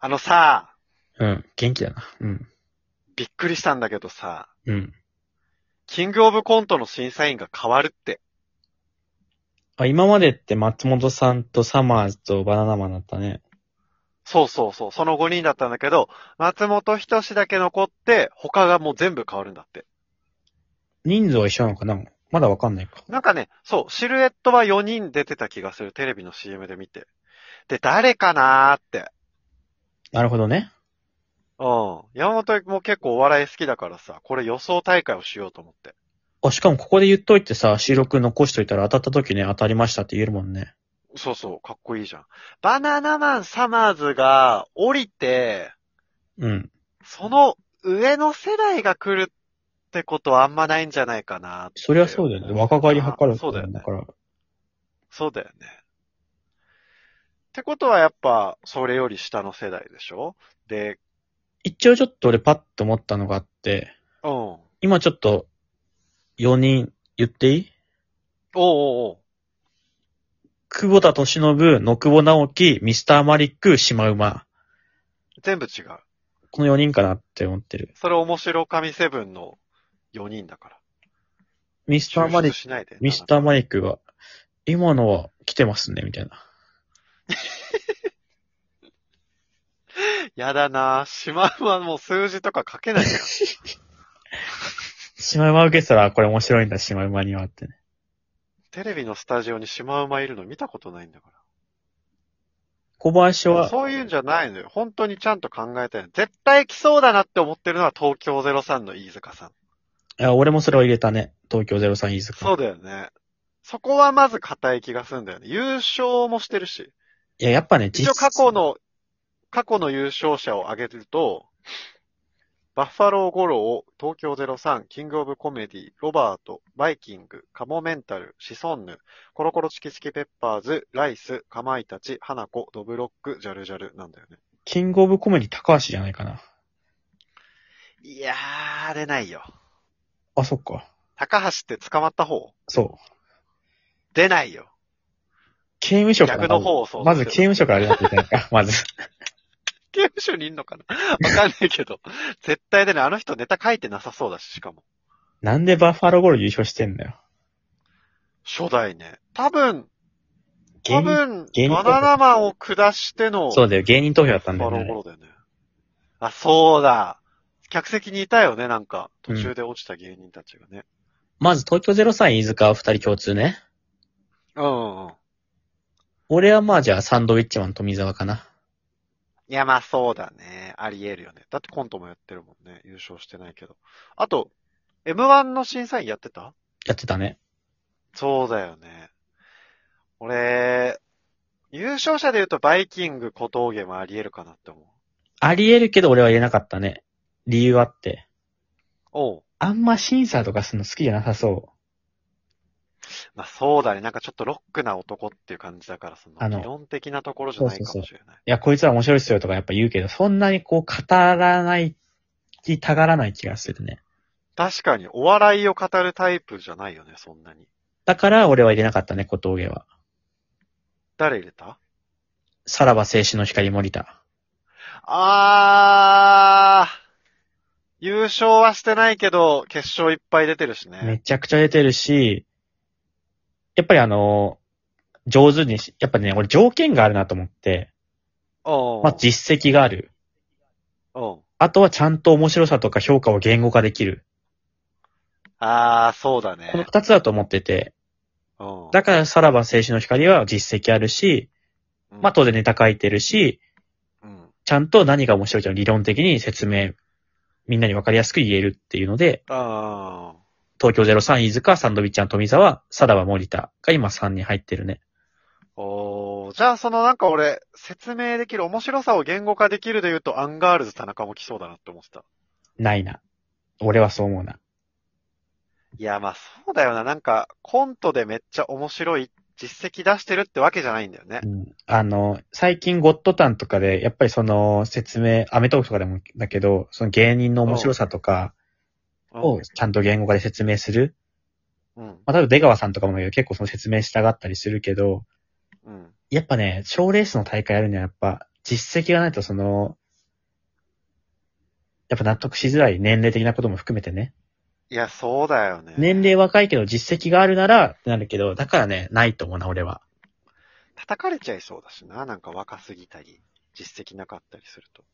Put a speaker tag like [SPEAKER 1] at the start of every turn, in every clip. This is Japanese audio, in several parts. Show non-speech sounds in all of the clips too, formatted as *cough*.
[SPEAKER 1] あのさ、
[SPEAKER 2] うん。元気だな。うん。
[SPEAKER 1] びっくりしたんだけどさ、
[SPEAKER 2] うん。
[SPEAKER 1] キングオブコントの審査員が変わるって。
[SPEAKER 2] あ、今までって松本さんとサマーズとバナナマンだったね。
[SPEAKER 1] そうそうそう、その5人だったんだけど、松本人志だけ残って、他がもう全部変わるんだって。
[SPEAKER 2] 人数は一緒なのかなまだわかんないか。
[SPEAKER 1] なんかね、そう、シルエットは4人出てた気がする、テレビの CM で見て。で、誰かなーって。
[SPEAKER 2] なるほどね。
[SPEAKER 1] うん。山本も結構お笑い好きだからさ、これ予想大会をしようと思って。
[SPEAKER 2] あ、しかもここで言っといてさ、収録残しといたら当たった時ね、当たりましたって言えるもんね。
[SPEAKER 1] そうそう、かっこいいじゃん。バナナマンサマーズが降りて、
[SPEAKER 2] うん。
[SPEAKER 1] その上の世代が来るってことはあんまないんじゃないかなって。
[SPEAKER 2] そりゃそうだよね。若返り図る
[SPEAKER 1] あそうだよね
[SPEAKER 2] だから。
[SPEAKER 1] そうだよね。ってことはやっぱ、それより下の世代でしょで、
[SPEAKER 2] 一応ちょっと俺パッと思ったのがあって、
[SPEAKER 1] うん。おう
[SPEAKER 2] 今ちょっと、4人言っていい
[SPEAKER 1] おうおう
[SPEAKER 2] 久保田敏信、野久保直樹、ミスターマリック、シマウマ。
[SPEAKER 1] 全部違う。
[SPEAKER 2] この4人かなって思ってる。
[SPEAKER 1] それ面白神セブンの4人だから。
[SPEAKER 2] ミスターマ
[SPEAKER 1] 抽
[SPEAKER 2] リック
[SPEAKER 1] 出しないで。
[SPEAKER 2] ミスターマリックが、今のは来てますね、みたいな。
[SPEAKER 1] *laughs* やだなぁ。シマウマもう数字とか書けないじゃん。
[SPEAKER 2] シマウマ受けたら、これ面白いんだ、シマウマにはってね。
[SPEAKER 1] テレビのスタジオにシマウマいるの見たことないんだから。
[SPEAKER 2] 小林は、
[SPEAKER 1] そういうんじゃないのよ。本当にちゃんと考えたい。絶対来そうだなって思ってるのは東京03の飯塚さん。
[SPEAKER 2] いや、俺もそれを入れたね。東京03飯塚。
[SPEAKER 1] そうだよね。そこはまず硬い気がするんだよね。優勝もしてるし。
[SPEAKER 2] いや、やっぱね、
[SPEAKER 1] 一応過去。の、過去の優勝者を挙げると、バッファローゴロを東京03、キングオブコメディ、ロバート、バイキング、カモメンタル、シソンヌ、コロコロチキチキペッパーズ、ライス、かまいたち、花子、ドブロック、ジャルジャルなんだよね。
[SPEAKER 2] キングオブコメディ高橋じゃないかな。
[SPEAKER 1] いやー、出ないよ。
[SPEAKER 2] あ、そっか。
[SPEAKER 1] 高橋って捕まった方
[SPEAKER 2] そう。
[SPEAKER 1] 出ないよ。
[SPEAKER 2] 刑務所から。
[SPEAKER 1] 逆の方をそう
[SPEAKER 2] まず刑務所からやっていた
[SPEAKER 1] *laughs*
[SPEAKER 2] だか。まず。
[SPEAKER 1] 刑務所にいんのかな *laughs* わかんないけど。絶対出ない。あの人ネタ書いてなさそうだし、しかも。
[SPEAKER 2] なんでバッファローゴール優勝してんだよ。
[SPEAKER 1] 初代ね。多分、
[SPEAKER 2] 芸
[SPEAKER 1] 多
[SPEAKER 2] 人、
[SPEAKER 1] 分、
[SPEAKER 2] 芸人
[SPEAKER 1] バナナマンを下しての、
[SPEAKER 2] そうだよ、芸人投票だったんだ
[SPEAKER 1] バロ
[SPEAKER 2] よ
[SPEAKER 1] ンゴ。
[SPEAKER 2] ね
[SPEAKER 1] ロだよね。あ、そうだ。客席にいたよね、なんか。途中で落ちた芸人たちがね。
[SPEAKER 2] まず東京03飯塚は二人共通ね。
[SPEAKER 1] うん、うん、うん。
[SPEAKER 2] 俺はまあじゃあサンドウィッチマン富澤かな。
[SPEAKER 1] いや、まあそうだね。あり得るよね。だってコントもやってるもんね。優勝してないけど。あと、M1 の審査員やってた
[SPEAKER 2] やってたね。
[SPEAKER 1] そうだよね。俺、優勝者で言うとバイキング小峠もあり得るかなって思う。
[SPEAKER 2] あり得るけど俺は入れなかったね。理由あって。
[SPEAKER 1] おう。
[SPEAKER 2] あんま審査とかするの好きじゃなさそ
[SPEAKER 1] まあそうだね。なんかちょっとロックな男っていう感じだから、その
[SPEAKER 2] あの
[SPEAKER 1] 理論的なところじゃないかもしれない。
[SPEAKER 2] う。いや、こいつら面白いっすよとかやっぱ言うけど、そんなにこう語らない、たがらない気がするね。
[SPEAKER 1] 確かにお笑いを語るタイプじゃないよね、そんなに。
[SPEAKER 2] だから俺は入れなかったね、小峠は。
[SPEAKER 1] 誰入れた
[SPEAKER 2] さらば青春の光森田。
[SPEAKER 1] あー。優勝はしてないけど、決勝いっぱい出てるしね。
[SPEAKER 2] めちゃくちゃ出てるし、やっぱりあの、上手にし、やっぱね、俺条件があるなと思って、
[SPEAKER 1] おう
[SPEAKER 2] まあ、実績がある。
[SPEAKER 1] おう
[SPEAKER 2] あとはちゃんと面白さとか評価を言語化できる。
[SPEAKER 1] あー、そうだね
[SPEAKER 2] こ。の二つだと思ってて、
[SPEAKER 1] うん
[SPEAKER 2] だからさらば青春の光は実績あるし、まあ、当然ネタ書いてるし、
[SPEAKER 1] うん。
[SPEAKER 2] ちゃんと何が面白いっていうのを理論的に説明、みんなに分かりやすく言えるっていうので、
[SPEAKER 1] あー。
[SPEAKER 2] 東京03飯塚、サンドビッチャン富澤、さらば森田が今3に入ってるね。
[SPEAKER 1] おーじゃあそのなんか俺、説明できる、面白さを言語化できるで言うと、アンガールズ田中も来そうだなって思ってた。
[SPEAKER 2] ないな。俺はそう思うな。
[SPEAKER 1] いや、まあそうだよな。なんか、コントでめっちゃ面白い実績出してるってわけじゃないんだよね
[SPEAKER 2] う。ん。あの、最近ゴッドタンとかで、やっぱりその説明、アメトークとかでもだけど、その芸人の面白さとかをちゃんと言語化で説明する。
[SPEAKER 1] うん。
[SPEAKER 2] まあ、多分出川さんとかも結構その説明したがったりするけど、
[SPEAKER 1] うん。
[SPEAKER 2] やっぱね、賞レースの大会やるにはやっぱ実績がないとその、やっぱ納得しづらい年齢的なことも含めてね。
[SPEAKER 1] いや、そうだよね。
[SPEAKER 2] 年齢若いけど実績があるなら、ってなるけど、だからね、ないと思うな、俺は。
[SPEAKER 1] 叩かれちゃいそうだしな、なんか若すぎたり、実績なかったりすると。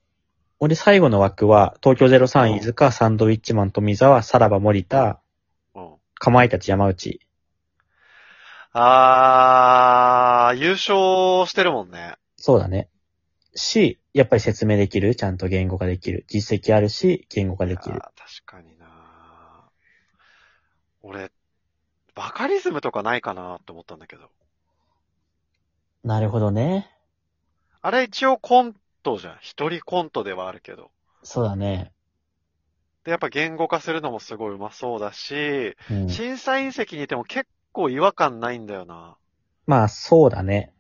[SPEAKER 2] 俺最後の枠は、東京03飯塚、サンドウィッチマン富澤、さらば森田、
[SPEAKER 1] うん。
[SPEAKER 2] かまいたち山内。
[SPEAKER 1] あー、優勝してるもんね。
[SPEAKER 2] そうだね。し、やっぱり説明できる、ちゃんと言語化できる。実績あるし、言語化でき
[SPEAKER 1] い
[SPEAKER 2] る
[SPEAKER 1] や。ー確かにな俺、バカリズムとかないかなって思ったんだけど。
[SPEAKER 2] なるほどね。
[SPEAKER 1] あれ一応コントじゃん。一人コントではあるけど。
[SPEAKER 2] そうだね。
[SPEAKER 1] で、やっぱ言語化するのもすごいうまそうだし、
[SPEAKER 2] うん。
[SPEAKER 1] 審査員席にいても結構違和感ないんだよな。
[SPEAKER 2] まあ、そうだね。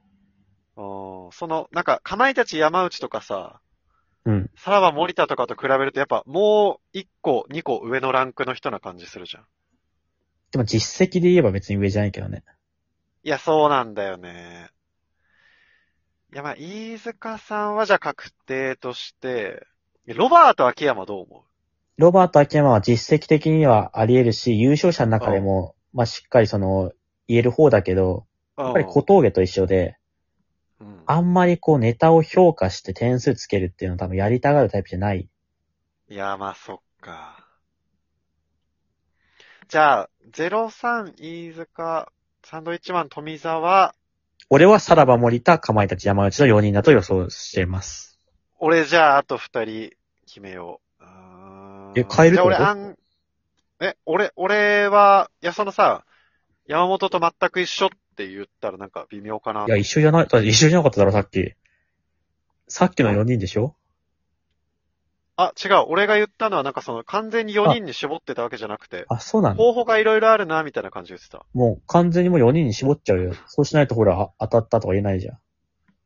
[SPEAKER 1] うん。その、なんか、かまいたち山内とかさ、
[SPEAKER 2] うん。
[SPEAKER 1] さらば森田とかと比べるとやっぱもう一個、二個上のランクの人な感じするじゃん。
[SPEAKER 2] でも実績で言えば別に上じゃないけどね。
[SPEAKER 1] いや、そうなんだよね。いや、まあ、飯塚さんはじゃあ確定として、ロバート秋山どう思
[SPEAKER 2] ロバート秋山は実績的にはあり得るし、優勝者の中でも、まあしっかりその、言える方だけど、
[SPEAKER 1] う
[SPEAKER 2] やっぱり小峠と一緒で、
[SPEAKER 1] うん、
[SPEAKER 2] あんまりこうネタを評価して点数つけるっていうのは多分やりたがるタイプじゃない。
[SPEAKER 1] いや、まあ、そっか。じゃあ、03飯塚、サンドイッチマン富澤、
[SPEAKER 2] 俺はさらば森田、かまいたち山内の4人だと予想しています。
[SPEAKER 1] 俺じゃあ、あと二人決めよう。うーん
[SPEAKER 2] え変える
[SPEAKER 1] じゃあ俺、
[SPEAKER 2] ってこと。
[SPEAKER 1] あん、え、俺、俺は、いや、そのさ、山本と全く一緒って言ったらなんか微妙かない
[SPEAKER 2] や、一緒じゃない、だって一緒じゃなかっただろ、さっき。さっきの4人でしょ
[SPEAKER 1] あ、違う。俺が言ったのは、なんかその、完全に4人に絞ってたわけじゃなくて、
[SPEAKER 2] あ、そうなの
[SPEAKER 1] 候補がいろいろあるな、みたいな感じで言ってた。
[SPEAKER 2] もう完全にもう4人に絞っちゃうよ。そうしないとほら、あ当たったとか言えないじゃん。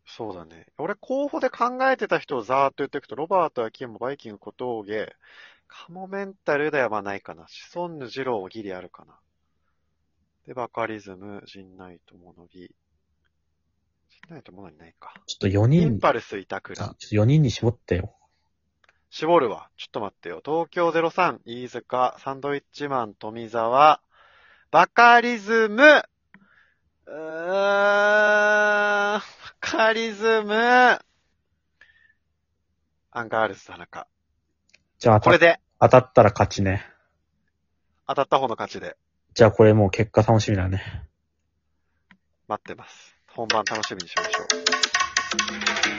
[SPEAKER 1] そうだね。俺、候補で考えてた人をざーっと言っていくと、ロバート、秋山、バイキング、小峠、カモメンタルではまあないかな。シソンヌ、ジロー、ギリあるかな。で、バカリズム、陣内智則。陣内智則ないか。
[SPEAKER 2] ちょっと4
[SPEAKER 1] イ
[SPEAKER 2] 人
[SPEAKER 1] ン
[SPEAKER 2] に、
[SPEAKER 1] パルス、板
[SPEAKER 2] ちょっ
[SPEAKER 1] 倉。
[SPEAKER 2] と4人に絞ってよ。
[SPEAKER 1] 絞るわ。ちょっと待ってよ。東京03、飯塚、サンドイッチマン、富澤、バカリズム、うーん、バカリズム、アンガールズ田中。
[SPEAKER 2] じゃあ当
[SPEAKER 1] こ
[SPEAKER 2] た
[SPEAKER 1] れで、
[SPEAKER 2] 当たったら勝ちね。
[SPEAKER 1] 当たった方の勝ちで、
[SPEAKER 2] じゃあこれもう結果楽しみだね。
[SPEAKER 1] 待ってます。本番楽しみにしましょう。